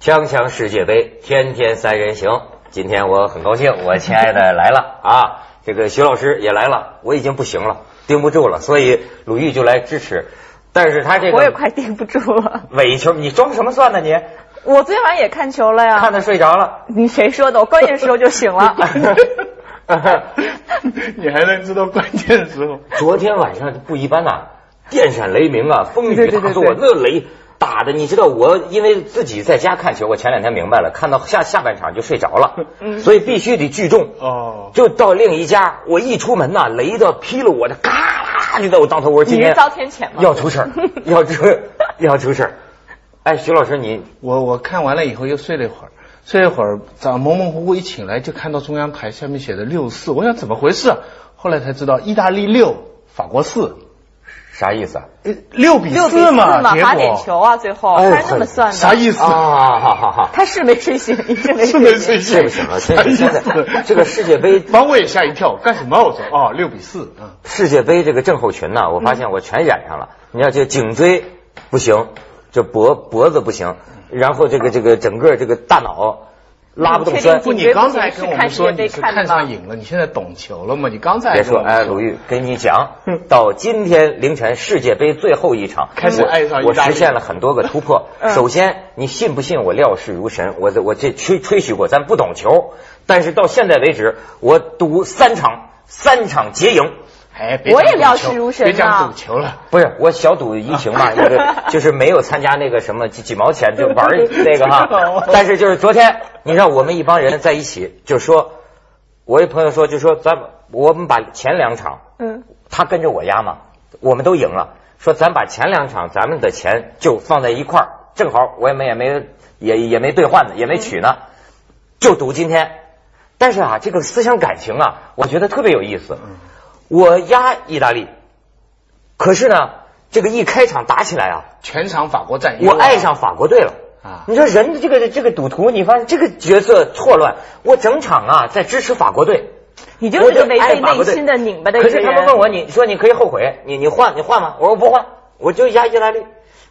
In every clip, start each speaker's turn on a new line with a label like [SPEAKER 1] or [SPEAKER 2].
[SPEAKER 1] 锵锵世界杯，天天三人行。今天我很高兴，我亲爱的来了啊，这个徐老师也来了，我已经不行了，盯不住了，所以鲁豫就来支持。但是他这
[SPEAKER 2] 我也
[SPEAKER 1] 个
[SPEAKER 2] 快顶不住了。
[SPEAKER 1] 伪球，你装什么蒜呢你？
[SPEAKER 2] 我昨天晚上也看球了呀，
[SPEAKER 1] 看他睡着了。
[SPEAKER 2] 你谁说的？我关键时候就醒
[SPEAKER 3] 啊
[SPEAKER 2] 了。
[SPEAKER 3] 你还能知道关键时候？
[SPEAKER 1] 昨天晚上不一般呐、电闪雷鸣啊，风雨
[SPEAKER 3] 对对
[SPEAKER 1] 大
[SPEAKER 3] 对
[SPEAKER 1] 作，
[SPEAKER 3] 对
[SPEAKER 1] 那雷打的，你知道我因为自己在家看球，我前两天明白了，看到下下半场就睡着了，
[SPEAKER 3] 嗯
[SPEAKER 1] 所以必须得聚众。
[SPEAKER 3] 哦，
[SPEAKER 1] 就到另一家，我一出门呐、雷的劈了我的，嘎啦就在我当头。 我说今
[SPEAKER 2] 你是
[SPEAKER 1] 天
[SPEAKER 2] 遭天谴吗？
[SPEAKER 1] 要出事 儿，要出要出事儿。哎，徐老师，你
[SPEAKER 3] 我我看完了以后又睡了一会儿，睡了一会儿，早蒙蒙糊糊一醒来就看到中央台下面写的六四，我想怎么回事啊？后来才知道意大利六，法国四，
[SPEAKER 1] 啥意思啊？
[SPEAKER 3] 呃六比
[SPEAKER 2] 六比
[SPEAKER 3] 四
[SPEAKER 2] 四
[SPEAKER 3] 嘛，
[SPEAKER 2] 嘛，
[SPEAKER 3] 结
[SPEAKER 2] 罚点
[SPEAKER 3] 果
[SPEAKER 2] 球啊，最后
[SPEAKER 1] 哎
[SPEAKER 2] 他是那么算的。
[SPEAKER 3] 啥意思？
[SPEAKER 1] 啊，好好好，
[SPEAKER 2] 他是没睡醒，你是没
[SPEAKER 3] 是没
[SPEAKER 2] 睡
[SPEAKER 3] 睡
[SPEAKER 2] 醒。
[SPEAKER 1] 这
[SPEAKER 3] 醒，
[SPEAKER 1] 不行了，这个现在这个世界杯，
[SPEAKER 3] 把我也吓一跳，干什么？我说哦，六比四啊，
[SPEAKER 1] 世界杯这个症候群呐、我发现我全染上了。你要这颈椎不行，这脖脖子不行，然后这个这个整个这个大脑拉不动栓
[SPEAKER 2] 确。
[SPEAKER 3] 不，
[SPEAKER 2] 定
[SPEAKER 3] 你刚才跟我们说
[SPEAKER 2] 你是看世界杯
[SPEAKER 3] 你是
[SPEAKER 2] 看的
[SPEAKER 3] 看
[SPEAKER 2] 吧
[SPEAKER 3] 上瘾了，你现在懂球了吗？你刚才
[SPEAKER 1] 别说，
[SPEAKER 3] 跟我们嗯
[SPEAKER 1] 哎，鲁豫，跟你讲，到今天凌晨世界杯最后一场，
[SPEAKER 3] 开始爱上
[SPEAKER 1] 我
[SPEAKER 3] 意大利嗯
[SPEAKER 1] 实现了很多个突破。首先，你信不信我料事如神？我我这吹吹嘘过，咱不懂球，但是到现在为止，我赌三场，三场皆赢。
[SPEAKER 3] 哎，别讲
[SPEAKER 2] 我也
[SPEAKER 3] 赌
[SPEAKER 2] 料
[SPEAKER 3] 球
[SPEAKER 2] 事如神啊
[SPEAKER 3] 别讲
[SPEAKER 2] 呐
[SPEAKER 3] 赌球了。。
[SPEAKER 1] 不是我小赌怡情嘛，那个就是没有参加那个什么几几毛钱就玩儿那个哈但是就是昨天，你让我们一帮人在一起，就说，我一朋友说，就说咱们我们把前两场，
[SPEAKER 2] 嗯，
[SPEAKER 1] 他跟着我压嘛，我们都赢了，说咱把前两场咱们的钱就放在一块儿，正好我也没也没也也没兑换呢，也没取呢，就赌今天。但是啊，这个思想感情啊，我觉得特别有意思。我压意大利，可是呢，这个一开场打起来啊，
[SPEAKER 3] 全场法国占优
[SPEAKER 1] 我
[SPEAKER 3] 啊。
[SPEAKER 1] 爱上法国队了。
[SPEAKER 3] 啊
[SPEAKER 1] 你说人这个这个赌徒，你发现这个角色错乱，我整场啊在支持法国队，
[SPEAKER 2] 你就是个违
[SPEAKER 1] 我就爱
[SPEAKER 2] 背
[SPEAKER 1] 法
[SPEAKER 2] 内
[SPEAKER 1] 国队
[SPEAKER 2] 心的拧巴的一
[SPEAKER 1] 可
[SPEAKER 2] 个
[SPEAKER 1] 是
[SPEAKER 2] 人。
[SPEAKER 1] 他们问我，你说你可以后悔，你你换你换吗？我说不换，我就压意大利。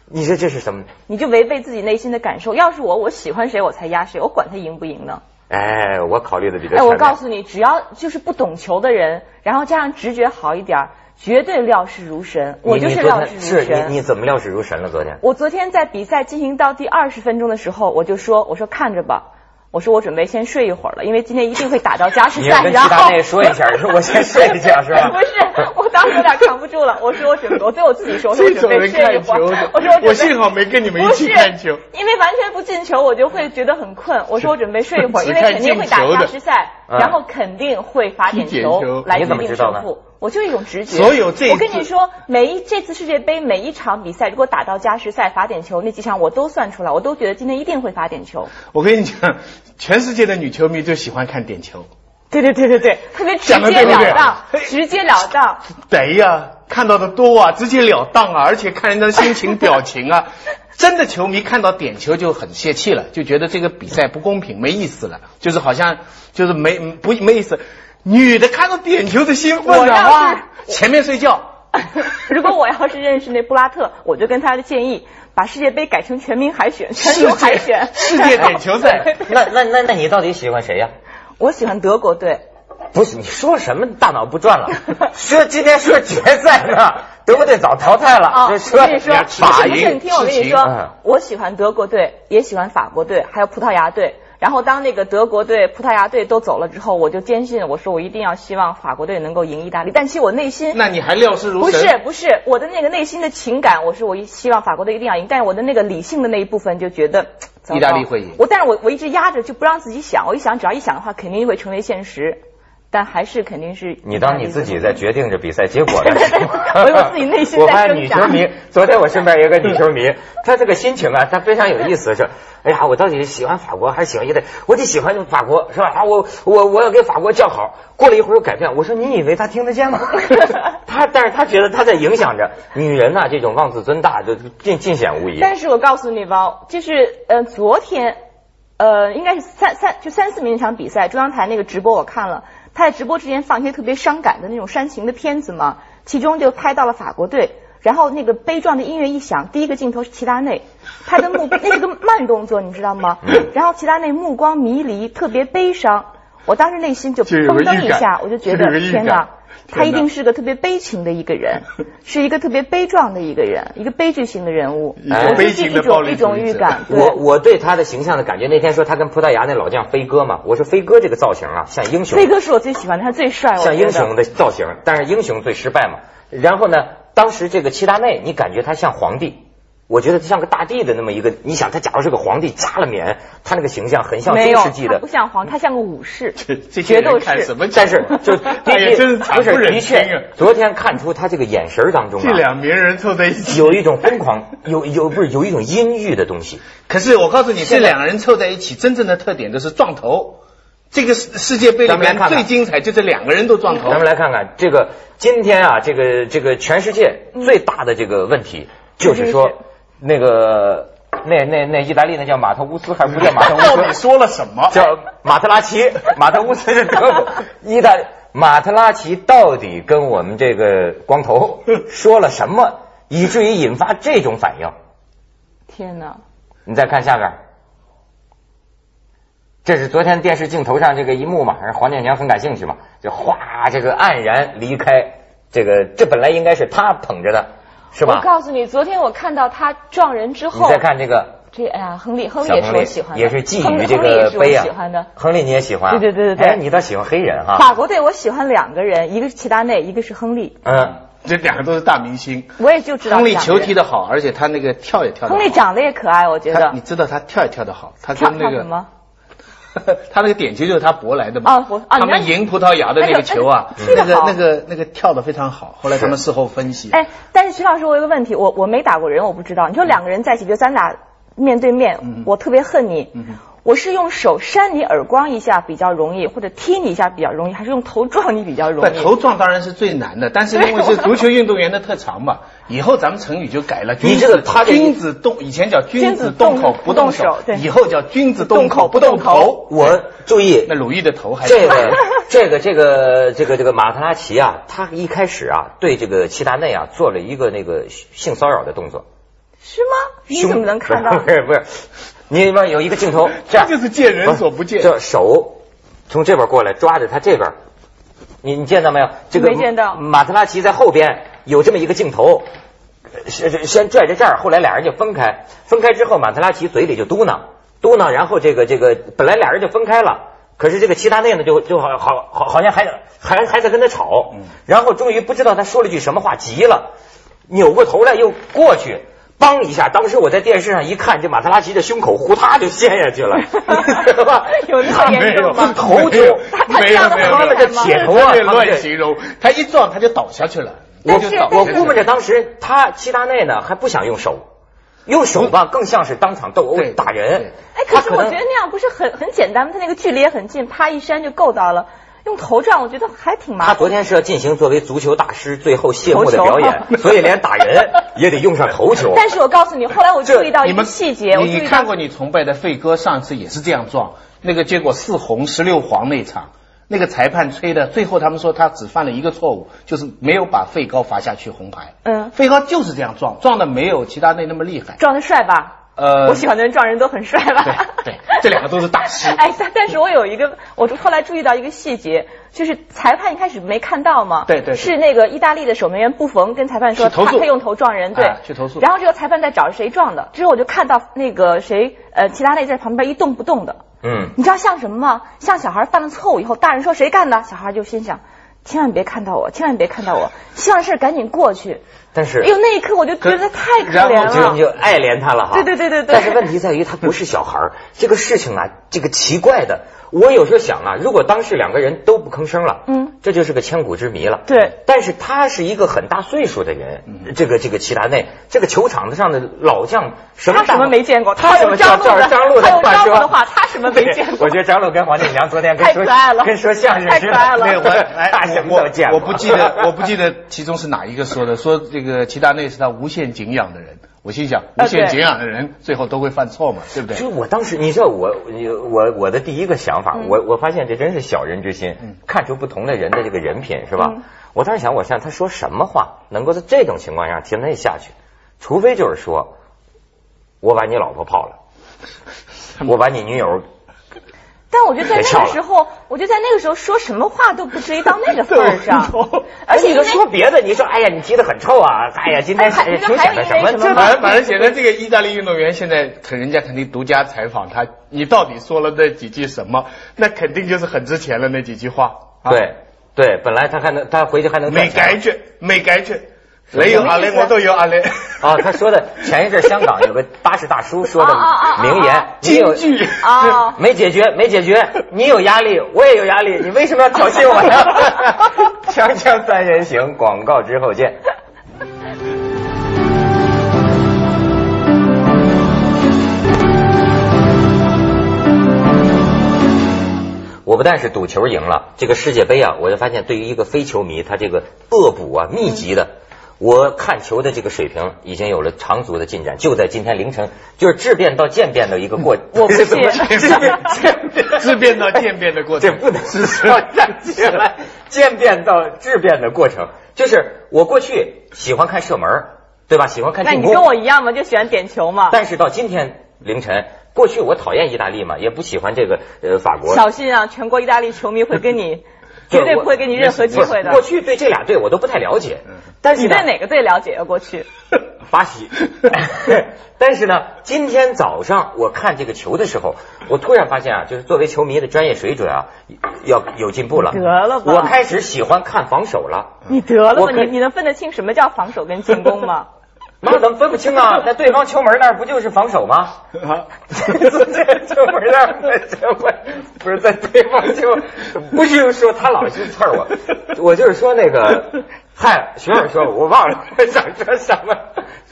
[SPEAKER 1] 你说这是什么？
[SPEAKER 2] 你就违背自己内心的感受。要是我，我喜欢谁我才压谁，我管他赢不赢呢？
[SPEAKER 1] 哎，我考虑的比较
[SPEAKER 2] 哎，
[SPEAKER 1] 全面。
[SPEAKER 2] 我告诉你，只要就是不懂球的人，然后加上直觉好一点儿，绝对料事如神。
[SPEAKER 1] 你
[SPEAKER 2] 我就是
[SPEAKER 1] 你昨
[SPEAKER 2] 料
[SPEAKER 1] 天
[SPEAKER 2] 事如
[SPEAKER 1] 是你
[SPEAKER 2] 神。
[SPEAKER 1] 你怎么料事如神了？昨天
[SPEAKER 2] 我昨天在比赛进行到第二十分钟的时候，我就说，我说看着吧，我说我准备先睡一会儿了，因为今天一定会打到加时
[SPEAKER 1] 你要
[SPEAKER 2] 赛。
[SPEAKER 1] 跟
[SPEAKER 2] 然
[SPEAKER 1] 齐达
[SPEAKER 2] 后哎
[SPEAKER 1] 内说一下， 我先睡一觉是吧
[SPEAKER 2] 不？是，我当时有点扛不住了，我说我准备，我对我自己说，我说我
[SPEAKER 3] 这
[SPEAKER 2] 准
[SPEAKER 3] 种
[SPEAKER 2] 备
[SPEAKER 3] 人
[SPEAKER 2] 睡一会
[SPEAKER 3] 看球
[SPEAKER 2] 儿。我说我，准备
[SPEAKER 3] 我幸好没跟你们一
[SPEAKER 2] 不是
[SPEAKER 3] 起看球。
[SPEAKER 2] 因为完全不进球，我就会觉得很困。我说我准备睡一会儿，
[SPEAKER 3] 只
[SPEAKER 2] 因为肯定会打
[SPEAKER 3] 看进球
[SPEAKER 2] 加
[SPEAKER 3] 的啊
[SPEAKER 2] 时赛，
[SPEAKER 1] 嗯
[SPEAKER 2] 然后肯定会罚点
[SPEAKER 3] 踢点球
[SPEAKER 2] 来
[SPEAKER 1] 你怎么
[SPEAKER 2] 决定
[SPEAKER 1] 知道
[SPEAKER 2] 胜
[SPEAKER 1] 呢
[SPEAKER 2] 负。我就一种直觉。
[SPEAKER 3] 所有这一
[SPEAKER 2] 我跟你
[SPEAKER 3] 次
[SPEAKER 2] 说，每一这次世界杯每一场比赛，如果打到加时赛罚点球那几场，我都算出来，我都觉得今天一定会罚点球。
[SPEAKER 3] 我跟你讲，全世界的女球迷就喜欢看点球。
[SPEAKER 2] 对对对对对，特别直
[SPEAKER 3] 讲得
[SPEAKER 2] 截
[SPEAKER 3] 对对对
[SPEAKER 2] 了当，直截了 当。
[SPEAKER 3] 得呀、看到的多啊，直截了当啊，而且看人的心情表情啊。真的球迷看到点球就很泄气了，就觉得这个比赛不公平，没意思了，就是好像就是没不没意思。女的看到点球的兴
[SPEAKER 2] 我
[SPEAKER 3] 奋
[SPEAKER 2] 要
[SPEAKER 3] 啊，
[SPEAKER 2] 是
[SPEAKER 3] 哇，前面睡觉，
[SPEAKER 2] 如果我要是认识那布拉特，我就跟他的建议，把世界杯改成全民海选，全球海选，
[SPEAKER 3] 世界世界
[SPEAKER 2] 哎
[SPEAKER 3] 点球赛
[SPEAKER 2] 对
[SPEAKER 1] 那那那那你到底喜欢谁呀、
[SPEAKER 2] 我喜欢德国队，
[SPEAKER 1] 不是你说什么大脑不转 了？说今天说决赛呢，德国队早淘汰了。
[SPEAKER 2] 啊，
[SPEAKER 1] 就
[SPEAKER 2] 我跟你说，
[SPEAKER 3] 人家
[SPEAKER 2] 不
[SPEAKER 3] 法
[SPEAKER 2] 是
[SPEAKER 3] 赢
[SPEAKER 2] 不是，你听我跟
[SPEAKER 3] 痴
[SPEAKER 2] 你
[SPEAKER 3] 情
[SPEAKER 2] 说
[SPEAKER 1] 嗯，
[SPEAKER 2] 我喜欢德国队，也喜欢法国队，还有葡萄牙队。然后当那个德国队、葡萄牙队都走了之后，我就坚信我说我一定要希望法国队能够赢意大利。但其实我内心
[SPEAKER 3] 那你还料事如
[SPEAKER 2] 不
[SPEAKER 3] 神？
[SPEAKER 2] 是不是我的那个内心的情感，我是我一希望法国队一定要赢，但是我的那个理性的那一部分就觉得。糟糕
[SPEAKER 3] 意大利会赢
[SPEAKER 2] 我但是我我一直压着，就不让自己想。我一想，只要一想的话，肯定会成为现实。但还是肯定是
[SPEAKER 1] 你当你自己在决定着比赛结果呢？
[SPEAKER 2] 我有自己内心在挣扎
[SPEAKER 1] 我发现女球迷，昨天我身边有一个女球迷，她这个心情啊，她非常有意思，是，哎呀，我到底是喜欢法国还是喜欢意大利？我得喜欢法国，是吧？啊，我我我要给法国叫好。过了一会儿又改变，我说你以为她听得见吗？ 她，但是她觉得她在影响着女人呐、这种妄自尊大就尽尽显无疑。
[SPEAKER 2] 但是我告诉你吧，就是呃，昨天，呃，应该是三三就三四名那场比赛，中央台那个直播我看了，他在直播之前放一些特别伤感的那种煽情的片子嘛，其中就拍到了法国队。然后那个悲壮的音乐一响，第一个镜头是齐达内，他的目 那是个慢动作，你知道吗？
[SPEAKER 3] 嗯
[SPEAKER 2] 然后齐达内目光迷离，特别悲伤。我当时内心就
[SPEAKER 3] 就有个
[SPEAKER 2] 砰噔
[SPEAKER 3] 预
[SPEAKER 2] 一
[SPEAKER 3] 感
[SPEAKER 2] 下，我就觉
[SPEAKER 3] 就有
[SPEAKER 2] 得
[SPEAKER 3] 个预
[SPEAKER 2] 天
[SPEAKER 3] 感
[SPEAKER 2] 哪，他
[SPEAKER 3] 天
[SPEAKER 2] 一
[SPEAKER 3] 哪
[SPEAKER 2] 定是个特别悲情的一个人，是一个特别悲壮的一个人，一个悲剧型的人物。
[SPEAKER 3] 一
[SPEAKER 1] 个
[SPEAKER 2] 我
[SPEAKER 1] 悲
[SPEAKER 2] 就是
[SPEAKER 3] 情
[SPEAKER 2] 一
[SPEAKER 3] 的暴
[SPEAKER 2] 种
[SPEAKER 3] 力
[SPEAKER 2] 一
[SPEAKER 3] 主
[SPEAKER 2] 种
[SPEAKER 3] 义
[SPEAKER 2] 预
[SPEAKER 3] 者
[SPEAKER 2] 感。对
[SPEAKER 1] 我我对他的形象的感觉，那天说他跟葡萄牙那老将飞哥嘛，我说飞哥这个造型啊，像英雄
[SPEAKER 2] 飞，哥是我最喜欢的，他最帅，我
[SPEAKER 1] 像
[SPEAKER 2] 觉
[SPEAKER 1] 英
[SPEAKER 2] 得。
[SPEAKER 1] 雄的造型，但是英雄最失败嘛。然后呢，当时这个齐达内，你感觉他像皇帝，我觉得他像个大帝的那么一个。你想，他假如是个皇帝，扎了冕，他那个形象很像
[SPEAKER 2] 没
[SPEAKER 1] 中
[SPEAKER 2] 有，
[SPEAKER 1] 世纪
[SPEAKER 2] 他
[SPEAKER 1] 的
[SPEAKER 2] 不。像皇，他像个武士。
[SPEAKER 3] 这些
[SPEAKER 2] 决斗
[SPEAKER 3] 人看
[SPEAKER 2] 士
[SPEAKER 3] 什么节
[SPEAKER 1] 但
[SPEAKER 3] 目？
[SPEAKER 1] 是就的
[SPEAKER 3] 哎呀，真是
[SPEAKER 1] 确
[SPEAKER 3] 惨
[SPEAKER 1] 不
[SPEAKER 3] 不
[SPEAKER 1] 是
[SPEAKER 3] 忍
[SPEAKER 1] 的
[SPEAKER 3] 心啊
[SPEAKER 1] 确！，昨天看出他这个眼神儿当中
[SPEAKER 3] 这
[SPEAKER 1] 啊，
[SPEAKER 3] 两名人凑在一起，
[SPEAKER 1] 有一种疯狂，有有不是有一种阴郁的东西。
[SPEAKER 3] 可是我告诉你，这两个人凑在一起真正的特点就是撞头。这个世世界杯里
[SPEAKER 1] 咱们来
[SPEAKER 3] 面
[SPEAKER 1] 看看
[SPEAKER 3] 最精彩就这两个人都撞头
[SPEAKER 1] 咱。们来看看这个今天啊，这个这个全世界最大的这个问题，就是
[SPEAKER 2] 是
[SPEAKER 1] 说那个那那那意大利那叫马特乌斯还不叫马特乌
[SPEAKER 3] 到底
[SPEAKER 1] 斯，
[SPEAKER 3] 说了什么？
[SPEAKER 1] 叫马特拉齐，马特乌斯是德国，意大利马特拉齐到底跟我们这个光头说了什么，以至于引发这种反应？
[SPEAKER 2] 天哪！
[SPEAKER 1] 你再看下边儿，这是昨天电视镜头上这个一幕嘛，让黄健翔很感兴趣嘛，就哗，这个黯然离开这个，这本来应该是他捧着的，是
[SPEAKER 2] 我
[SPEAKER 1] 吧？
[SPEAKER 2] 告诉你，昨天我看到他撞人之
[SPEAKER 1] 你
[SPEAKER 2] 后，
[SPEAKER 1] 再看这个
[SPEAKER 2] 这哎呀，亨利，亨利
[SPEAKER 1] 小
[SPEAKER 2] 也是
[SPEAKER 1] 亨利
[SPEAKER 2] 我喜欢，的，
[SPEAKER 1] 也是觊
[SPEAKER 2] 亨
[SPEAKER 1] 觎
[SPEAKER 2] 利
[SPEAKER 1] 这
[SPEAKER 2] 亨利也
[SPEAKER 1] 个
[SPEAKER 2] 是我
[SPEAKER 1] 杯啊
[SPEAKER 2] 喜欢的。，
[SPEAKER 1] 亨利你也喜欢啊？
[SPEAKER 2] 对对对对对
[SPEAKER 1] 哎，你倒喜欢黑人哈？
[SPEAKER 2] 法国队我喜欢两个人，一个是齐达内，一个是亨利。
[SPEAKER 1] 嗯，
[SPEAKER 3] 这两个都是大明星。
[SPEAKER 2] 我也就知道
[SPEAKER 3] 亨利
[SPEAKER 2] 这两
[SPEAKER 3] 球
[SPEAKER 2] 个人
[SPEAKER 3] 踢得好，而且他那个跳也跳得
[SPEAKER 2] 亨利
[SPEAKER 3] 好。
[SPEAKER 2] 长得也可爱，我觉
[SPEAKER 3] 他
[SPEAKER 2] 得
[SPEAKER 3] 你。知道他跳也跳得好，他
[SPEAKER 2] 跳
[SPEAKER 3] 跟
[SPEAKER 2] 跳
[SPEAKER 3] 那
[SPEAKER 2] 什
[SPEAKER 3] 个
[SPEAKER 2] 么？
[SPEAKER 3] 他那个点球就是他博来的嘛。
[SPEAKER 2] 哦我哦
[SPEAKER 3] 他
[SPEAKER 2] 你
[SPEAKER 3] 们
[SPEAKER 2] 看
[SPEAKER 3] 赢葡萄牙的那个球啊，
[SPEAKER 2] 哎呦
[SPEAKER 3] 那
[SPEAKER 2] 哎踢得
[SPEAKER 3] 个
[SPEAKER 2] 好
[SPEAKER 3] 那个那个跳得非常好。后来他们事后分析，
[SPEAKER 2] 哎，但是徐老师，我有个问题，我我没打过人，我不知道。
[SPEAKER 3] 嗯
[SPEAKER 2] 你说两个人在一起，比如咱俩面对面，我特别恨你
[SPEAKER 3] 嗯哼，
[SPEAKER 2] 我是用手扇你耳光一下比较容易，或者踢你一下比较容易，还是用头撞你比较容
[SPEAKER 3] 对，
[SPEAKER 2] 易？
[SPEAKER 3] 头撞当然是最难的，但是 因为是足球运动员的特长嘛，以后咱们成语就改了。
[SPEAKER 1] 你
[SPEAKER 3] 君
[SPEAKER 1] 这个
[SPEAKER 3] 子
[SPEAKER 1] 他这
[SPEAKER 3] 君子动，以前叫君
[SPEAKER 2] 君
[SPEAKER 3] 子
[SPEAKER 2] 子
[SPEAKER 3] 动
[SPEAKER 2] 动
[SPEAKER 3] 口
[SPEAKER 2] 口
[SPEAKER 3] 不
[SPEAKER 2] 不
[SPEAKER 3] 动
[SPEAKER 2] 动手
[SPEAKER 3] 手，
[SPEAKER 2] 对
[SPEAKER 3] 以后叫君子动口不动
[SPEAKER 2] 动口不动
[SPEAKER 3] 头。
[SPEAKER 1] 我注意
[SPEAKER 3] 那鲁豫的头还
[SPEAKER 1] 这 个这个这个这个这个马特拉齐啊，他一开始啊对这个齐达内啊做了一个那个性骚扰的动作。
[SPEAKER 2] 是吗？你怎么能看到？
[SPEAKER 1] 不是不是，你那边有一个镜 头，这样
[SPEAKER 3] 这就是见人所不见
[SPEAKER 1] 这手从这边过来抓着他这边，你你见到没有？这个
[SPEAKER 2] 没见到
[SPEAKER 1] 马特拉齐在后边有这么一个镜头，呃是是先拽着这儿，后来俩人就分开，分开之后马特拉齐嘴里就嘟囔嘟囔，然后这个这个本来俩人就分开了。可是这个齐达内呢，就就好好好好像还还还在跟他吵，
[SPEAKER 2] 嗯
[SPEAKER 1] 然后终于不知道他说了句什么话，急了，扭过头来又过去，梆一下，当时我在电视上一看，这马特拉齐的胸口呼嗒就陷下去 了，你知道吧？
[SPEAKER 2] 有那
[SPEAKER 1] 他
[SPEAKER 2] 么严重吗？
[SPEAKER 1] 头
[SPEAKER 3] 没有
[SPEAKER 1] 就
[SPEAKER 3] 没有没有，
[SPEAKER 1] 他们的铁头啊
[SPEAKER 3] 别，
[SPEAKER 1] 他们
[SPEAKER 3] 乱
[SPEAKER 1] 这
[SPEAKER 3] 形容，他一撞他就倒下去了。
[SPEAKER 1] 我
[SPEAKER 3] 就倒
[SPEAKER 1] 我
[SPEAKER 3] 下去
[SPEAKER 1] 估摸
[SPEAKER 3] 了
[SPEAKER 1] 着当时他齐达内呢还不想用手，用手吧更像是当场斗殴
[SPEAKER 3] 对
[SPEAKER 1] 打人。
[SPEAKER 2] 哎，可
[SPEAKER 1] 他
[SPEAKER 2] 是我觉
[SPEAKER 1] 能
[SPEAKER 2] 得那样不是很很简单吗？他那个距离也很近，啪一扇就够到了。用头撞，我觉得还挺麻
[SPEAKER 1] 他
[SPEAKER 2] 烦。
[SPEAKER 1] 昨天是要进行作为足球大师最后谢幕的表演
[SPEAKER 2] 头，球
[SPEAKER 1] 所以连打人也得用上头球。
[SPEAKER 2] 但是我告诉你，后来我注意到一
[SPEAKER 3] 你
[SPEAKER 2] 个
[SPEAKER 3] 们
[SPEAKER 2] 细节，我注
[SPEAKER 3] 你你
[SPEAKER 2] 意到
[SPEAKER 3] 看过你崇拜的费哥上次也是这样撞，那个结果四红十六黄那场，那个裁判吹的，最后他们说他只犯了一个错误，就是没有把费高罚下去红牌。
[SPEAKER 2] 嗯
[SPEAKER 3] 费高就是这样撞，撞的没有齐达内那么厉害。
[SPEAKER 2] 撞得帅吧？
[SPEAKER 3] 呃，
[SPEAKER 2] 我喜欢的人撞人都很帅吧？
[SPEAKER 3] 对对这两个都是大师
[SPEAKER 2] 哎，但但是我有一个，我后来注意到一个细节，就是裁判一开始没看到嘛，
[SPEAKER 3] 对对对
[SPEAKER 2] 是那个意大利的守门员布冯跟裁判说
[SPEAKER 3] 去投
[SPEAKER 2] 他
[SPEAKER 3] 诉
[SPEAKER 2] 他用头撞人，对
[SPEAKER 3] 啊，去投诉
[SPEAKER 2] 然后这个裁判在找谁撞的，之后我就看到那个谁呃齐达内在旁边一动不动的，
[SPEAKER 1] 嗯，
[SPEAKER 2] 你知道像什么吗？像小孩犯了错误以后，大人说谁干的，小孩就心想。千万别看到我，千万别看到我，希望事儿赶紧过去。
[SPEAKER 1] 但是
[SPEAKER 2] 哎呦，那一刻我就觉得
[SPEAKER 3] 可
[SPEAKER 2] 太可
[SPEAKER 3] 然后
[SPEAKER 2] 怜
[SPEAKER 1] 就你
[SPEAKER 2] 了。
[SPEAKER 1] 就爱怜他了哈。
[SPEAKER 2] 对对对对 对
[SPEAKER 1] 但是问题在于他不是小孩儿，这个事情啊，这个奇怪的，我有时候想啊，如果当时两个人都不吭声了，
[SPEAKER 2] 嗯，
[SPEAKER 1] 这就是个千古之谜了。
[SPEAKER 2] 对，
[SPEAKER 1] 但是他是一个很大岁数的人，
[SPEAKER 3] 嗯
[SPEAKER 1] 这个这个齐达内，这个球场上的老将，什么
[SPEAKER 2] 他
[SPEAKER 1] 大
[SPEAKER 2] 什么没见过？
[SPEAKER 1] 他什么
[SPEAKER 2] 有张璐的，
[SPEAKER 1] 张璐的
[SPEAKER 2] 他有张璐
[SPEAKER 1] 说
[SPEAKER 2] 的话，他什么没见
[SPEAKER 1] 对
[SPEAKER 2] 过
[SPEAKER 1] 我？觉得张璐跟黄健翔昨天跟
[SPEAKER 2] 太
[SPEAKER 1] 说
[SPEAKER 2] 可爱了
[SPEAKER 1] 跟说相声似的，
[SPEAKER 2] 太可爱了
[SPEAKER 3] 对，我 哎
[SPEAKER 1] 大什么
[SPEAKER 3] 我
[SPEAKER 1] 都见
[SPEAKER 3] 我
[SPEAKER 1] 过
[SPEAKER 3] 不记得，我不记得其中是哪一个说的，说这个齐达内是他无限敬仰的人。我心想，
[SPEAKER 2] 啊
[SPEAKER 3] 无限
[SPEAKER 2] 对
[SPEAKER 3] 敬仰的人最后都会犯错嘛，对不对？
[SPEAKER 1] 就是我当时，你知道我我我的第一个想法，
[SPEAKER 2] 嗯
[SPEAKER 1] 我我发现这真是小人之心，看出不同的人的这个人品是吧？
[SPEAKER 2] 嗯
[SPEAKER 1] 我当时想，我想他说什么话能够在这种情况下听他下去？除非就是说，我把你老婆泡了，我把你女友
[SPEAKER 2] 但我觉得在
[SPEAKER 1] 太
[SPEAKER 2] 那个
[SPEAKER 1] 呛
[SPEAKER 2] 时候，我觉得在那个时候说什么话都不至于到那个份 儿上
[SPEAKER 3] 对我，
[SPEAKER 2] 而且
[SPEAKER 1] 你
[SPEAKER 2] 因为
[SPEAKER 1] 都说别的，你说哎呀，你踢得很臭啊，哎呀，今天
[SPEAKER 2] 哎还
[SPEAKER 1] 哎呀球显得什
[SPEAKER 2] 还有
[SPEAKER 1] 么？
[SPEAKER 2] 因为什
[SPEAKER 1] 这
[SPEAKER 2] 么
[SPEAKER 3] 反正反正显得这个意大利运动员现在肯人家肯定独家采访他，你到底说了那几句什么？那肯定就是很值钱了那几句话。啊、
[SPEAKER 1] 对对，本来他还能，他回去还能
[SPEAKER 3] 没
[SPEAKER 1] 赚钱
[SPEAKER 3] 改卷，没改卷，没有阿雷，我都有阿雷。
[SPEAKER 1] 啊，他说 的前一阵香港有个八十大叔说的
[SPEAKER 2] 哦哦哦哦
[SPEAKER 1] 名言，你有
[SPEAKER 3] 京剧
[SPEAKER 2] 啊，
[SPEAKER 1] 没解决，没解决，你有压力，我也有压力，你为什么要挑衅我呀？ 锵锵三人行，广告之后见。我不但是赌球赢了这个世界杯啊，我就发现对于一个非球迷，他这个恶补啊密集的，我看球的这个水平已经有了长足的进展。就在今天凌晨，就是质变到渐变的一个过，我
[SPEAKER 2] 不 信
[SPEAKER 1] 怎么质变渐变
[SPEAKER 3] 自变到渐变的过
[SPEAKER 1] 啊哎这
[SPEAKER 3] 程，
[SPEAKER 1] 哦不能 是要站起来，渐变到质变的过程，就是我过去喜欢看射门儿，对吧？喜欢看
[SPEAKER 2] 那
[SPEAKER 1] 进
[SPEAKER 2] 你跟
[SPEAKER 1] 攻，
[SPEAKER 2] 我一样嘛，就喜欢点球嘛。
[SPEAKER 1] 但是到今天凌晨，过去我讨厌意大利嘛，也不喜欢这个呃法国，
[SPEAKER 2] 小心啊，全国意大利球迷会跟你，绝对不会给你任何机
[SPEAKER 1] 不
[SPEAKER 2] 会
[SPEAKER 1] 是
[SPEAKER 2] 的。嗯
[SPEAKER 1] 过去对这俩队我都不太了解，但是
[SPEAKER 2] 你
[SPEAKER 1] 呢
[SPEAKER 2] 对哪个队了解啊？过去，
[SPEAKER 1] 巴 西。但是呢，今天早上我看这个球的时候，我突然发现啊，就是作为球迷的专业水准啊，要有进步了。
[SPEAKER 2] 得了吧
[SPEAKER 1] 我开始喜欢看防守了。
[SPEAKER 2] 你得了
[SPEAKER 1] 我
[SPEAKER 2] 吧？
[SPEAKER 1] 可以
[SPEAKER 2] 你你能分得清什么叫防守跟进攻吗？
[SPEAKER 1] 那怎么分不清啊？在对方球门那儿不就是防守 吗？
[SPEAKER 3] 啊
[SPEAKER 1] 这球门那儿，球门不是在对方球，不是说他老是刺儿我，我就是说那个，嗨，学长说，我忘了想说什么。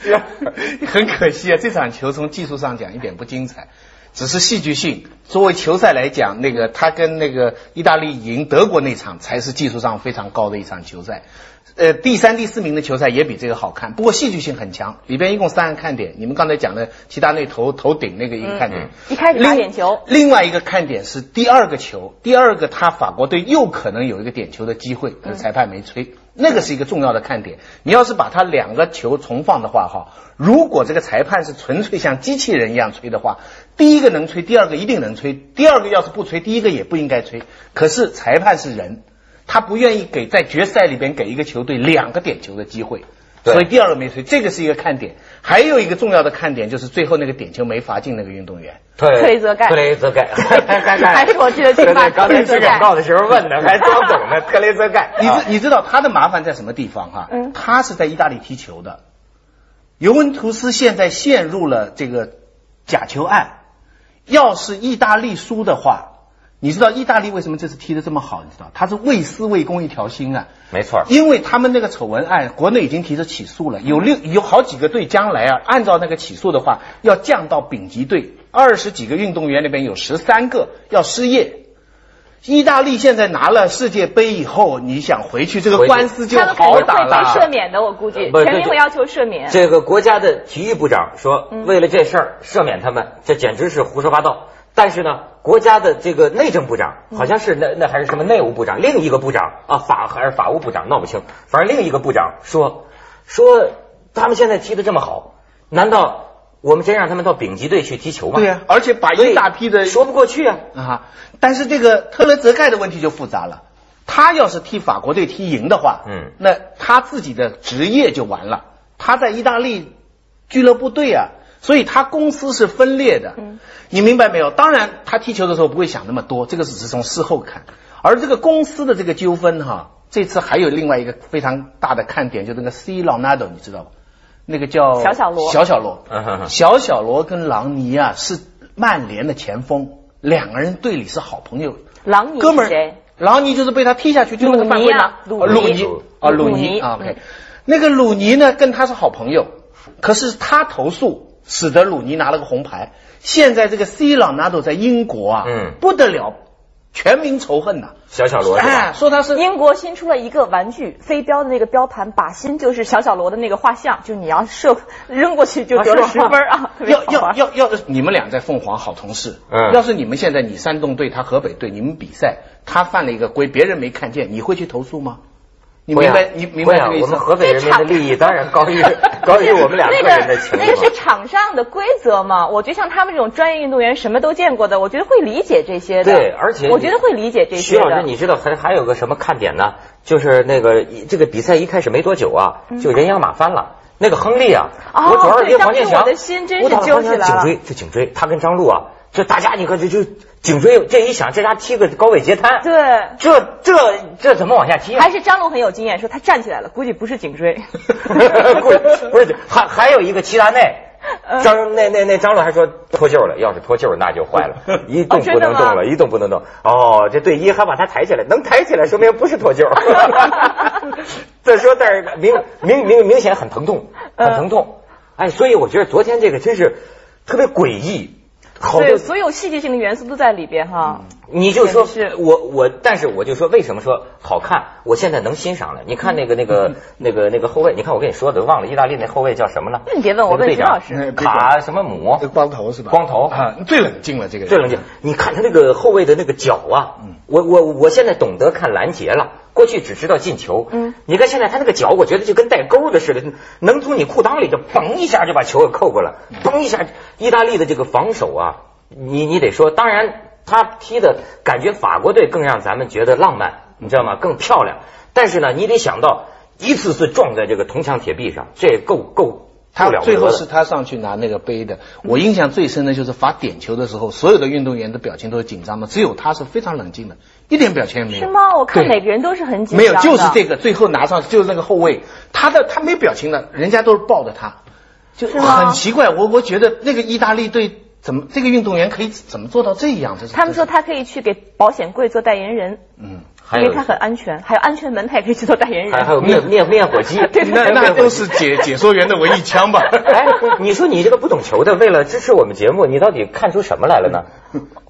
[SPEAKER 1] 学长
[SPEAKER 3] 很可惜啊，这场球从技术上讲一点不精彩，只是戏剧性。作为球赛来讲，那个他跟那个意大利赢德国那场才是技术上非常高的一场球赛。呃，第三、第四名的球赛也比这个好看，不过戏剧性很强。里边一共三个看点，你们刚才讲的齐达内头头顶那个一个看点，
[SPEAKER 2] 嗯一开始打点球，
[SPEAKER 3] 另外一个看点是第二个球，第二个他法国队又可能有一个点球的机会，可是裁判没
[SPEAKER 2] 嗯
[SPEAKER 3] 吹，那个是一个重要的看点。你要是把他两个球重放的话，哈，如果这个裁判是纯粹像机器人一样吹的话，第一个能吹，第二个一定能吹，第二个要是不吹，第一个也不应该吹。可是裁判是人，他不愿意给在决赛里边给一个球队两个点球的机会。
[SPEAKER 1] 对
[SPEAKER 3] 所以第二个没吹，这个是一个看点。还有一个重要的看点就是最后那个点球没罚进那个运动员。
[SPEAKER 1] 特
[SPEAKER 2] 特雷泽盖
[SPEAKER 1] 特雷 泽盖，
[SPEAKER 2] 还是我记得这句话
[SPEAKER 1] 对对刚才
[SPEAKER 2] 特雷泽
[SPEAKER 1] 吃广
[SPEAKER 2] 盖
[SPEAKER 1] 告的时候问的，还装懂 呢。特雷泽盖，
[SPEAKER 3] 你知、
[SPEAKER 1] 啊
[SPEAKER 3] 你知道他的麻烦在什么地方哈、
[SPEAKER 2] 嗯
[SPEAKER 3] 他是在意大利踢球的，尤文图斯现在陷入了这个假球案。要是意大利输的话，你知道意大利为什么这次踢得这么好？你知道他是为私为公一条心啊。
[SPEAKER 1] 没错儿，
[SPEAKER 3] 因为他们那个丑闻案，国内已经提出起诉了，有六有好几个队将来啊，按照那个起诉的话，要降到丙级队，二十几个运动员里边有十三个要失业。意大利现在拿了世界杯以后，你想回去这个
[SPEAKER 1] 回去
[SPEAKER 3] 官司就
[SPEAKER 2] 他们肯定
[SPEAKER 3] 好打
[SPEAKER 2] 会
[SPEAKER 3] 了。
[SPEAKER 2] 被赦免的，我估计
[SPEAKER 1] 不是
[SPEAKER 2] 全民
[SPEAKER 1] 对
[SPEAKER 2] 会要求赦免。
[SPEAKER 1] 这个国家的体育部长说，
[SPEAKER 2] 嗯
[SPEAKER 1] 为了这事儿赦免他们，这简直是胡说八道。但是呢，国家的这个内政部长
[SPEAKER 2] 嗯
[SPEAKER 1] 好像是那那还是什么内务部长，另一个部长啊法还是法务部长闹不清，反正另一个部长说说他们现在踢得这么好，难道我们真让他们到丙级队去踢球吗？
[SPEAKER 3] 对啊呀、而且把
[SPEAKER 1] 所以
[SPEAKER 3] 一大批的
[SPEAKER 1] 说不过去啊。
[SPEAKER 3] 啊，但是这个特雷泽盖的问题就复杂了。他要是替法国队踢赢的话，
[SPEAKER 1] 嗯
[SPEAKER 3] 那他自己的职业就完了。他在意大利俱乐部队啊，所以他公司是分裂的。
[SPEAKER 2] 嗯
[SPEAKER 3] 你明白没有？当然，他踢球的时候不会想那么多，这个只是从事后看。而这个公司的这个纠纷哈、这次还有另外一个非常大的看点，就那个 C 朗纳 o 你知道吧？那个叫
[SPEAKER 2] 小小罗
[SPEAKER 3] 小小罗，
[SPEAKER 1] 嗯哼哼
[SPEAKER 3] 小小罗跟朗尼啊是曼联的前锋，两个人队里是好朋友，
[SPEAKER 2] 朗尼
[SPEAKER 3] 哥
[SPEAKER 2] 是
[SPEAKER 3] 们儿
[SPEAKER 2] 谁？。
[SPEAKER 3] 朗尼就是被他踢下去，就那个犯规拿
[SPEAKER 2] 鲁尼啊
[SPEAKER 3] 哦
[SPEAKER 2] 鲁尼鲁
[SPEAKER 3] 鲁尼啊，鲁
[SPEAKER 2] 尼
[SPEAKER 3] 尼啊
[SPEAKER 2] 嗯
[SPEAKER 3] ，OK，那个鲁尼呢跟他是好朋友，可是他投诉使得鲁尼拿了个红牌。现在这个 C 朗拿走在英国啊，
[SPEAKER 1] 嗯
[SPEAKER 3] 不得了，全民仇恨呐、
[SPEAKER 1] 小小罗是吧？
[SPEAKER 3] 哎，说他是
[SPEAKER 2] 英国新出了一个玩具飞镖的那个标盘，靶心就是小小罗的那个画像，就你要射扔过去就得了
[SPEAKER 3] 啊
[SPEAKER 2] 十
[SPEAKER 3] 是吗
[SPEAKER 2] 分啊，特别
[SPEAKER 3] 要
[SPEAKER 2] 好
[SPEAKER 3] 要
[SPEAKER 2] 玩
[SPEAKER 3] 要要，你们俩在凤凰好同事。
[SPEAKER 1] 嗯
[SPEAKER 3] 要是你们现在你山东队，他河北队，你们比赛，他犯了一个规，别人没看见，你会去投诉吗？你明白？你明白这
[SPEAKER 1] 呀
[SPEAKER 3] 个
[SPEAKER 1] 啊
[SPEAKER 3] 意
[SPEAKER 1] 我
[SPEAKER 3] 思
[SPEAKER 1] 们
[SPEAKER 3] 吗？
[SPEAKER 1] 河北人民的利益当然高 于高于我们俩个人的情
[SPEAKER 2] 那个那个是
[SPEAKER 1] 况。
[SPEAKER 2] 场上的规则嘛？我觉得像他们这种专业运动员，什么都见过的，我觉得会理解这些的。
[SPEAKER 1] 对而且
[SPEAKER 2] 我觉得会理解这
[SPEAKER 1] 徐
[SPEAKER 2] 些
[SPEAKER 1] 老师，
[SPEAKER 2] 的。
[SPEAKER 1] 你知道还还有个什么看点呢？就是那个一这个比赛一开始没多久啊，就人仰马翻了。那个亨利啊，
[SPEAKER 2] 嗯哦
[SPEAKER 1] 我主要是
[SPEAKER 2] 对
[SPEAKER 1] 跟黄健
[SPEAKER 2] 当时
[SPEAKER 1] 翔，
[SPEAKER 2] 我的心真是
[SPEAKER 1] 我打了
[SPEAKER 2] 揪
[SPEAKER 1] 黄
[SPEAKER 2] 起
[SPEAKER 1] 健
[SPEAKER 2] 来
[SPEAKER 1] 翔
[SPEAKER 2] 了
[SPEAKER 1] 颈椎就颈椎，他跟张璐啊，就大家你看这就颈椎这一响，这家踢个高位截瘫，
[SPEAKER 2] 对，
[SPEAKER 1] 这这这怎么往下踢啊？
[SPEAKER 2] 还是张璐很有经验，说他站起来了，估计不是颈椎。
[SPEAKER 1] 不是不是，还还有一个齐达内。
[SPEAKER 2] 嗯
[SPEAKER 1] 张那那那张璐还说脱臼了，要是脱臼那就坏了，一动
[SPEAKER 2] 哦
[SPEAKER 1] 不
[SPEAKER 2] 真的
[SPEAKER 1] 能
[SPEAKER 2] 吗
[SPEAKER 1] 动了，一动不能动。哦，这队医还把他抬起来，能抬起来说明不是 脱臼。再说但是明明明明显很疼痛，
[SPEAKER 2] 嗯
[SPEAKER 1] 很疼痛。哎，所以我觉得昨天这个真是特别诡异，好多
[SPEAKER 2] 对，所有戏剧性的元素都在里边哈。
[SPEAKER 1] 你就说
[SPEAKER 2] 是
[SPEAKER 1] 我我，但是我就说为什么说好看？我现在能欣赏了。你看那个那个那个那个后卫，你看我跟你说的，忘了意大利那后卫叫什么了？
[SPEAKER 2] 那你别问我
[SPEAKER 1] 那个队
[SPEAKER 2] 问徐
[SPEAKER 1] 长
[SPEAKER 2] 老师
[SPEAKER 3] 哎别管
[SPEAKER 1] 卡什么姆
[SPEAKER 3] 这？光头是吧？
[SPEAKER 1] 光头
[SPEAKER 3] 啊，最冷静了，这个人。
[SPEAKER 1] 这冷静，你看他那个后卫的那个脚啊，
[SPEAKER 3] 嗯
[SPEAKER 1] 我我我现在懂得看拦截了，过去只知道进球。
[SPEAKER 2] 嗯，
[SPEAKER 1] 你看现在他那个脚，我觉得就跟带钩的似的，能从你裤裆里就嘣一下就把球给扣过来，
[SPEAKER 3] 嗯
[SPEAKER 1] 嘣一下。意大利的这个防守啊，你你得说，当然他踢的感觉法国队更让咱们觉得浪漫，你知道吗？更漂亮。但是呢，你得想到一次次撞在这个铜墙铁壁上，这够够够
[SPEAKER 3] 他
[SPEAKER 1] 了不
[SPEAKER 3] 最
[SPEAKER 1] 得
[SPEAKER 3] 后
[SPEAKER 1] 的
[SPEAKER 3] 是他上去拿那个杯的。我印象最深的就是罚点球的时候，所有的运动员的表情都是紧张的，只有他是非常冷静的，一点表情也没有。
[SPEAKER 2] 是吗？我看
[SPEAKER 3] 对
[SPEAKER 2] 每个人都是很紧
[SPEAKER 3] 没
[SPEAKER 2] 张的。
[SPEAKER 3] 有，就是这个最后拿上就是那个后卫，他的他没表情的，人家都是抱着他，就是
[SPEAKER 2] 吗
[SPEAKER 3] 很奇怪。我我觉得那个意大利队怎么这个运动员可以怎么做到这样？这是
[SPEAKER 2] 他们说他可以去给保险柜做代言人，
[SPEAKER 3] 嗯，
[SPEAKER 1] 还
[SPEAKER 2] 因
[SPEAKER 1] 有
[SPEAKER 2] 为他很安全，还有安全门，他也可以去做代言
[SPEAKER 1] 还还
[SPEAKER 2] 人。
[SPEAKER 1] 有灭灭灭火 机，
[SPEAKER 3] 那那都 是解解说员的文艺腔吧？
[SPEAKER 1] 哎，你说你这个不懂球的，为了支持我们节目，你到底看出什么来了呢？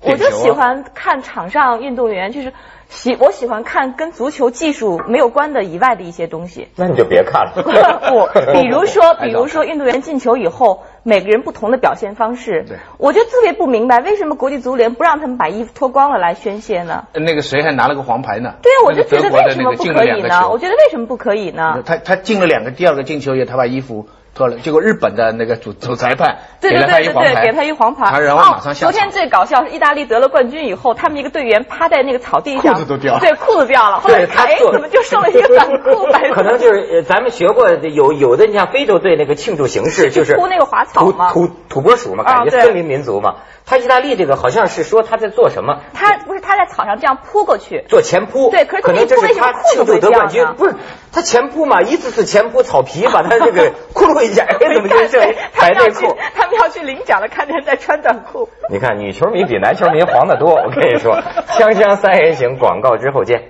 [SPEAKER 2] 我就
[SPEAKER 3] 点球啊
[SPEAKER 2] 喜欢看场上运动员，就是喜我喜欢看跟足球技术没有关的以外的一些东西。
[SPEAKER 1] 那你就别看 了。
[SPEAKER 2] 不，比如说，
[SPEAKER 3] 还是要看
[SPEAKER 2] 比如说运动员进球以后，每个人不同的表现方式。
[SPEAKER 3] 对
[SPEAKER 2] 我就特别不明白，为什么国际足联不让他们把衣服脱光了来宣泄呢？
[SPEAKER 3] 那个谁还拿了个黄牌呢？
[SPEAKER 2] 对啊，我就觉
[SPEAKER 3] 那个德
[SPEAKER 2] 得
[SPEAKER 3] 国
[SPEAKER 2] 为
[SPEAKER 3] 的
[SPEAKER 2] 什
[SPEAKER 3] 那
[SPEAKER 2] 么
[SPEAKER 3] 个
[SPEAKER 2] 不
[SPEAKER 3] 进了
[SPEAKER 2] 可
[SPEAKER 3] 两
[SPEAKER 2] 以
[SPEAKER 3] 个
[SPEAKER 2] 呢？我
[SPEAKER 3] 球。
[SPEAKER 2] 觉得为什么不可以呢？
[SPEAKER 3] 他他进了两个，第二个进球以后，他把衣服脱了，结果日本的那个主主裁判
[SPEAKER 2] 对
[SPEAKER 3] 给
[SPEAKER 2] 对
[SPEAKER 3] 了他
[SPEAKER 2] 对
[SPEAKER 3] 一
[SPEAKER 2] 对
[SPEAKER 3] 黄牌，
[SPEAKER 2] 对，给他一黄牌。哦
[SPEAKER 3] 他然后马上下
[SPEAKER 2] 昨天
[SPEAKER 3] 场。
[SPEAKER 2] 最搞笑是意大利得了冠军以后，他们一个队员趴在那个草地上，
[SPEAKER 3] 裤子都掉了
[SPEAKER 2] 对，裤子掉了。后来
[SPEAKER 1] 对
[SPEAKER 2] 看，
[SPEAKER 1] 他
[SPEAKER 2] 哎，
[SPEAKER 1] 做
[SPEAKER 2] 怎么就剩了一个短 裤？白色
[SPEAKER 1] 可能就是呃咱们学过有有的，你像非洲队那个庆祝形式就是
[SPEAKER 2] 铺那个滑草
[SPEAKER 1] 土
[SPEAKER 2] 嘛
[SPEAKER 1] 土土拨鼠嘛，
[SPEAKER 2] 啊
[SPEAKER 1] 感觉
[SPEAKER 2] 对
[SPEAKER 1] 森林民族嘛。他意大利这个好像是说他在做什么，
[SPEAKER 2] 他不是他在草上这样扑过去，
[SPEAKER 1] 做前扑，
[SPEAKER 2] 对可是
[SPEAKER 1] 能这是
[SPEAKER 2] 他那一扑
[SPEAKER 1] 他
[SPEAKER 2] 为什
[SPEAKER 1] 庆祝
[SPEAKER 2] 么裤子会
[SPEAKER 1] 得冠
[SPEAKER 2] 这
[SPEAKER 1] 军
[SPEAKER 2] 样呢，
[SPEAKER 1] 不是他前扑嘛，一次次前扑草皮把他这个 窟窿一下，哎，怎么就 剩
[SPEAKER 2] 他
[SPEAKER 1] 白
[SPEAKER 2] 们要
[SPEAKER 1] 内
[SPEAKER 2] 去
[SPEAKER 1] 裤？，
[SPEAKER 2] 他们要去领奖了，看见人在穿短 裤。
[SPEAKER 1] 你看，女球迷比男球迷黄得多。我跟你说，锵锵三人行广告之后见。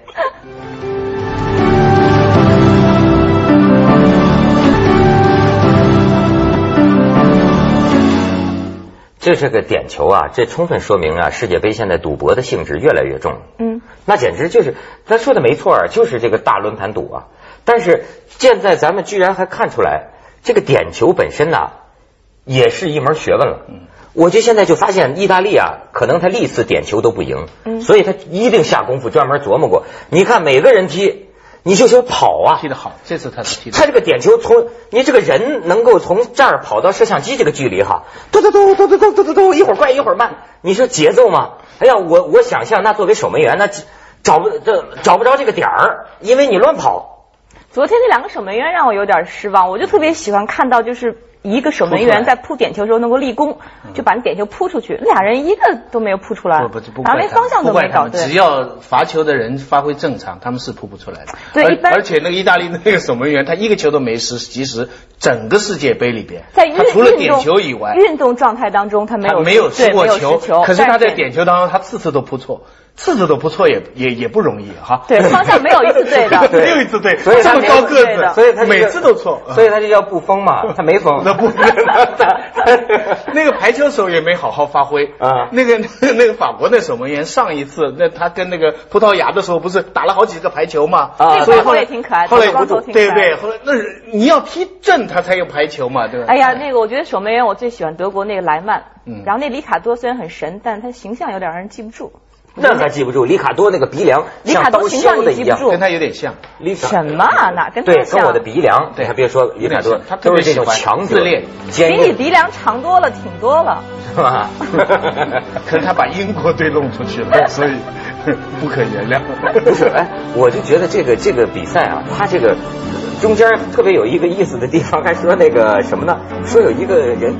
[SPEAKER 1] 这是个点球啊！这充分说明啊，世界杯现在赌博的性质越来越重。
[SPEAKER 2] 嗯，
[SPEAKER 1] 那简直就是，他说的没错儿，就是这个大轮盘赌啊。但是现在咱们居然还看出来，这个点球本身呐、也是一门学问了。我就现在就发现，意大利啊，可能他历次点球都不赢，所以他一定下功夫专门琢磨过。你看每个人踢，你就说跑啊
[SPEAKER 3] 踢，得好，这次他是踢得好
[SPEAKER 1] 他这个点球从你这个人能够从这儿跑到摄像机这个距离哈，嘟嘟嘟嘟嘟嘟嘟嘟嘟，一会儿快一会儿慢，你说节奏吗？哎呀，我我想象那作为守门员那找不这找不着这个点儿，因为你乱跑，
[SPEAKER 2] 昨天那两个守门员让我有点失望，我就特别喜欢看到就是。一个守门
[SPEAKER 3] 扑出来嗯
[SPEAKER 2] 员在扑点球时候能够立功，就把那点球扑出去，俩人一个都没有扑出来，
[SPEAKER 3] 不不不
[SPEAKER 2] 啊然后
[SPEAKER 3] 怪
[SPEAKER 2] 连
[SPEAKER 3] 他
[SPEAKER 2] 方
[SPEAKER 3] 们
[SPEAKER 2] 向
[SPEAKER 3] 不
[SPEAKER 2] 都
[SPEAKER 3] 怪
[SPEAKER 2] 没
[SPEAKER 3] 他
[SPEAKER 2] 搞
[SPEAKER 3] 们，只
[SPEAKER 2] 对。
[SPEAKER 3] 要罚球的人发挥正常，他们是扑不出来的。
[SPEAKER 2] 对
[SPEAKER 3] 而
[SPEAKER 2] 一般
[SPEAKER 3] 而且那个意大利那个守门员，他一个球都没失，其实整个世界杯里边，
[SPEAKER 2] 在运
[SPEAKER 3] 他除了
[SPEAKER 2] 运
[SPEAKER 3] 点
[SPEAKER 2] 动
[SPEAKER 3] 球以外，
[SPEAKER 2] 运动状态当中他没
[SPEAKER 3] 他
[SPEAKER 2] 有
[SPEAKER 3] 没有
[SPEAKER 2] 对
[SPEAKER 3] 失过
[SPEAKER 2] 没有
[SPEAKER 3] 球，
[SPEAKER 2] 失球
[SPEAKER 3] 可是
[SPEAKER 2] 但
[SPEAKER 3] 他在点球当中，他次次都扑错，次次都扑错也也也不容易哈。
[SPEAKER 2] 对方向没有一次对的。
[SPEAKER 3] 没有一次 对，
[SPEAKER 1] 所以
[SPEAKER 3] 这
[SPEAKER 1] 他
[SPEAKER 3] 么
[SPEAKER 1] 没有
[SPEAKER 3] 高个
[SPEAKER 2] 对的
[SPEAKER 3] 子，
[SPEAKER 1] 所以他就
[SPEAKER 3] 每次都错。
[SPEAKER 1] 所以他就叫不疯嘛，他没疯，
[SPEAKER 3] 那不 那个排球手也没好好发挥
[SPEAKER 1] 啊
[SPEAKER 3] 那个 那个法国那守门员上一次，那他跟那个葡萄牙的时候，不是打了好几个排球嘛？
[SPEAKER 1] 啊
[SPEAKER 2] 那
[SPEAKER 1] 所以
[SPEAKER 2] 个光头也挺可爱的，
[SPEAKER 3] 后来
[SPEAKER 2] 那个光头挺可
[SPEAKER 3] 对
[SPEAKER 2] 爱
[SPEAKER 3] 不
[SPEAKER 2] 的。
[SPEAKER 3] 对？后来那是你要踢正，他才有排球嘛，对吧？
[SPEAKER 2] 哎呀，那个我觉得守门员我最喜欢德国那个莱曼，
[SPEAKER 3] 嗯
[SPEAKER 2] 然后那里卡多虽然很神，但他形象有点让人记不住。
[SPEAKER 1] 那还记不住。里卡多那个鼻梁
[SPEAKER 2] 里卡
[SPEAKER 1] 像刀
[SPEAKER 2] 多形象
[SPEAKER 1] 削的
[SPEAKER 2] 你记
[SPEAKER 1] 一
[SPEAKER 2] 不
[SPEAKER 1] 样，
[SPEAKER 2] 住
[SPEAKER 3] 跟，他有点像，
[SPEAKER 1] 里卡
[SPEAKER 2] 什么啊哪跟他
[SPEAKER 1] 对，
[SPEAKER 2] 像
[SPEAKER 1] 跟我的鼻梁，
[SPEAKER 3] 对
[SPEAKER 1] 你还别说里卡
[SPEAKER 3] 有
[SPEAKER 1] 多
[SPEAKER 3] 点像他，特
[SPEAKER 1] 都
[SPEAKER 3] 别
[SPEAKER 1] 是这
[SPEAKER 3] 喜
[SPEAKER 1] 种
[SPEAKER 3] 欢
[SPEAKER 1] 强
[SPEAKER 3] 自
[SPEAKER 1] 者
[SPEAKER 3] 恋，
[SPEAKER 1] 坚
[SPEAKER 2] 比你
[SPEAKER 1] 硬，
[SPEAKER 2] 鼻梁长多了，挺多了。
[SPEAKER 1] 是 吧？
[SPEAKER 3] 可是他把英国队弄出去了，所以 不可原谅。
[SPEAKER 1] 不是，哎，我就觉得这个这个比赛啊，它这个中间特别有一个意思的地方，还说那个什么呢？说有一个人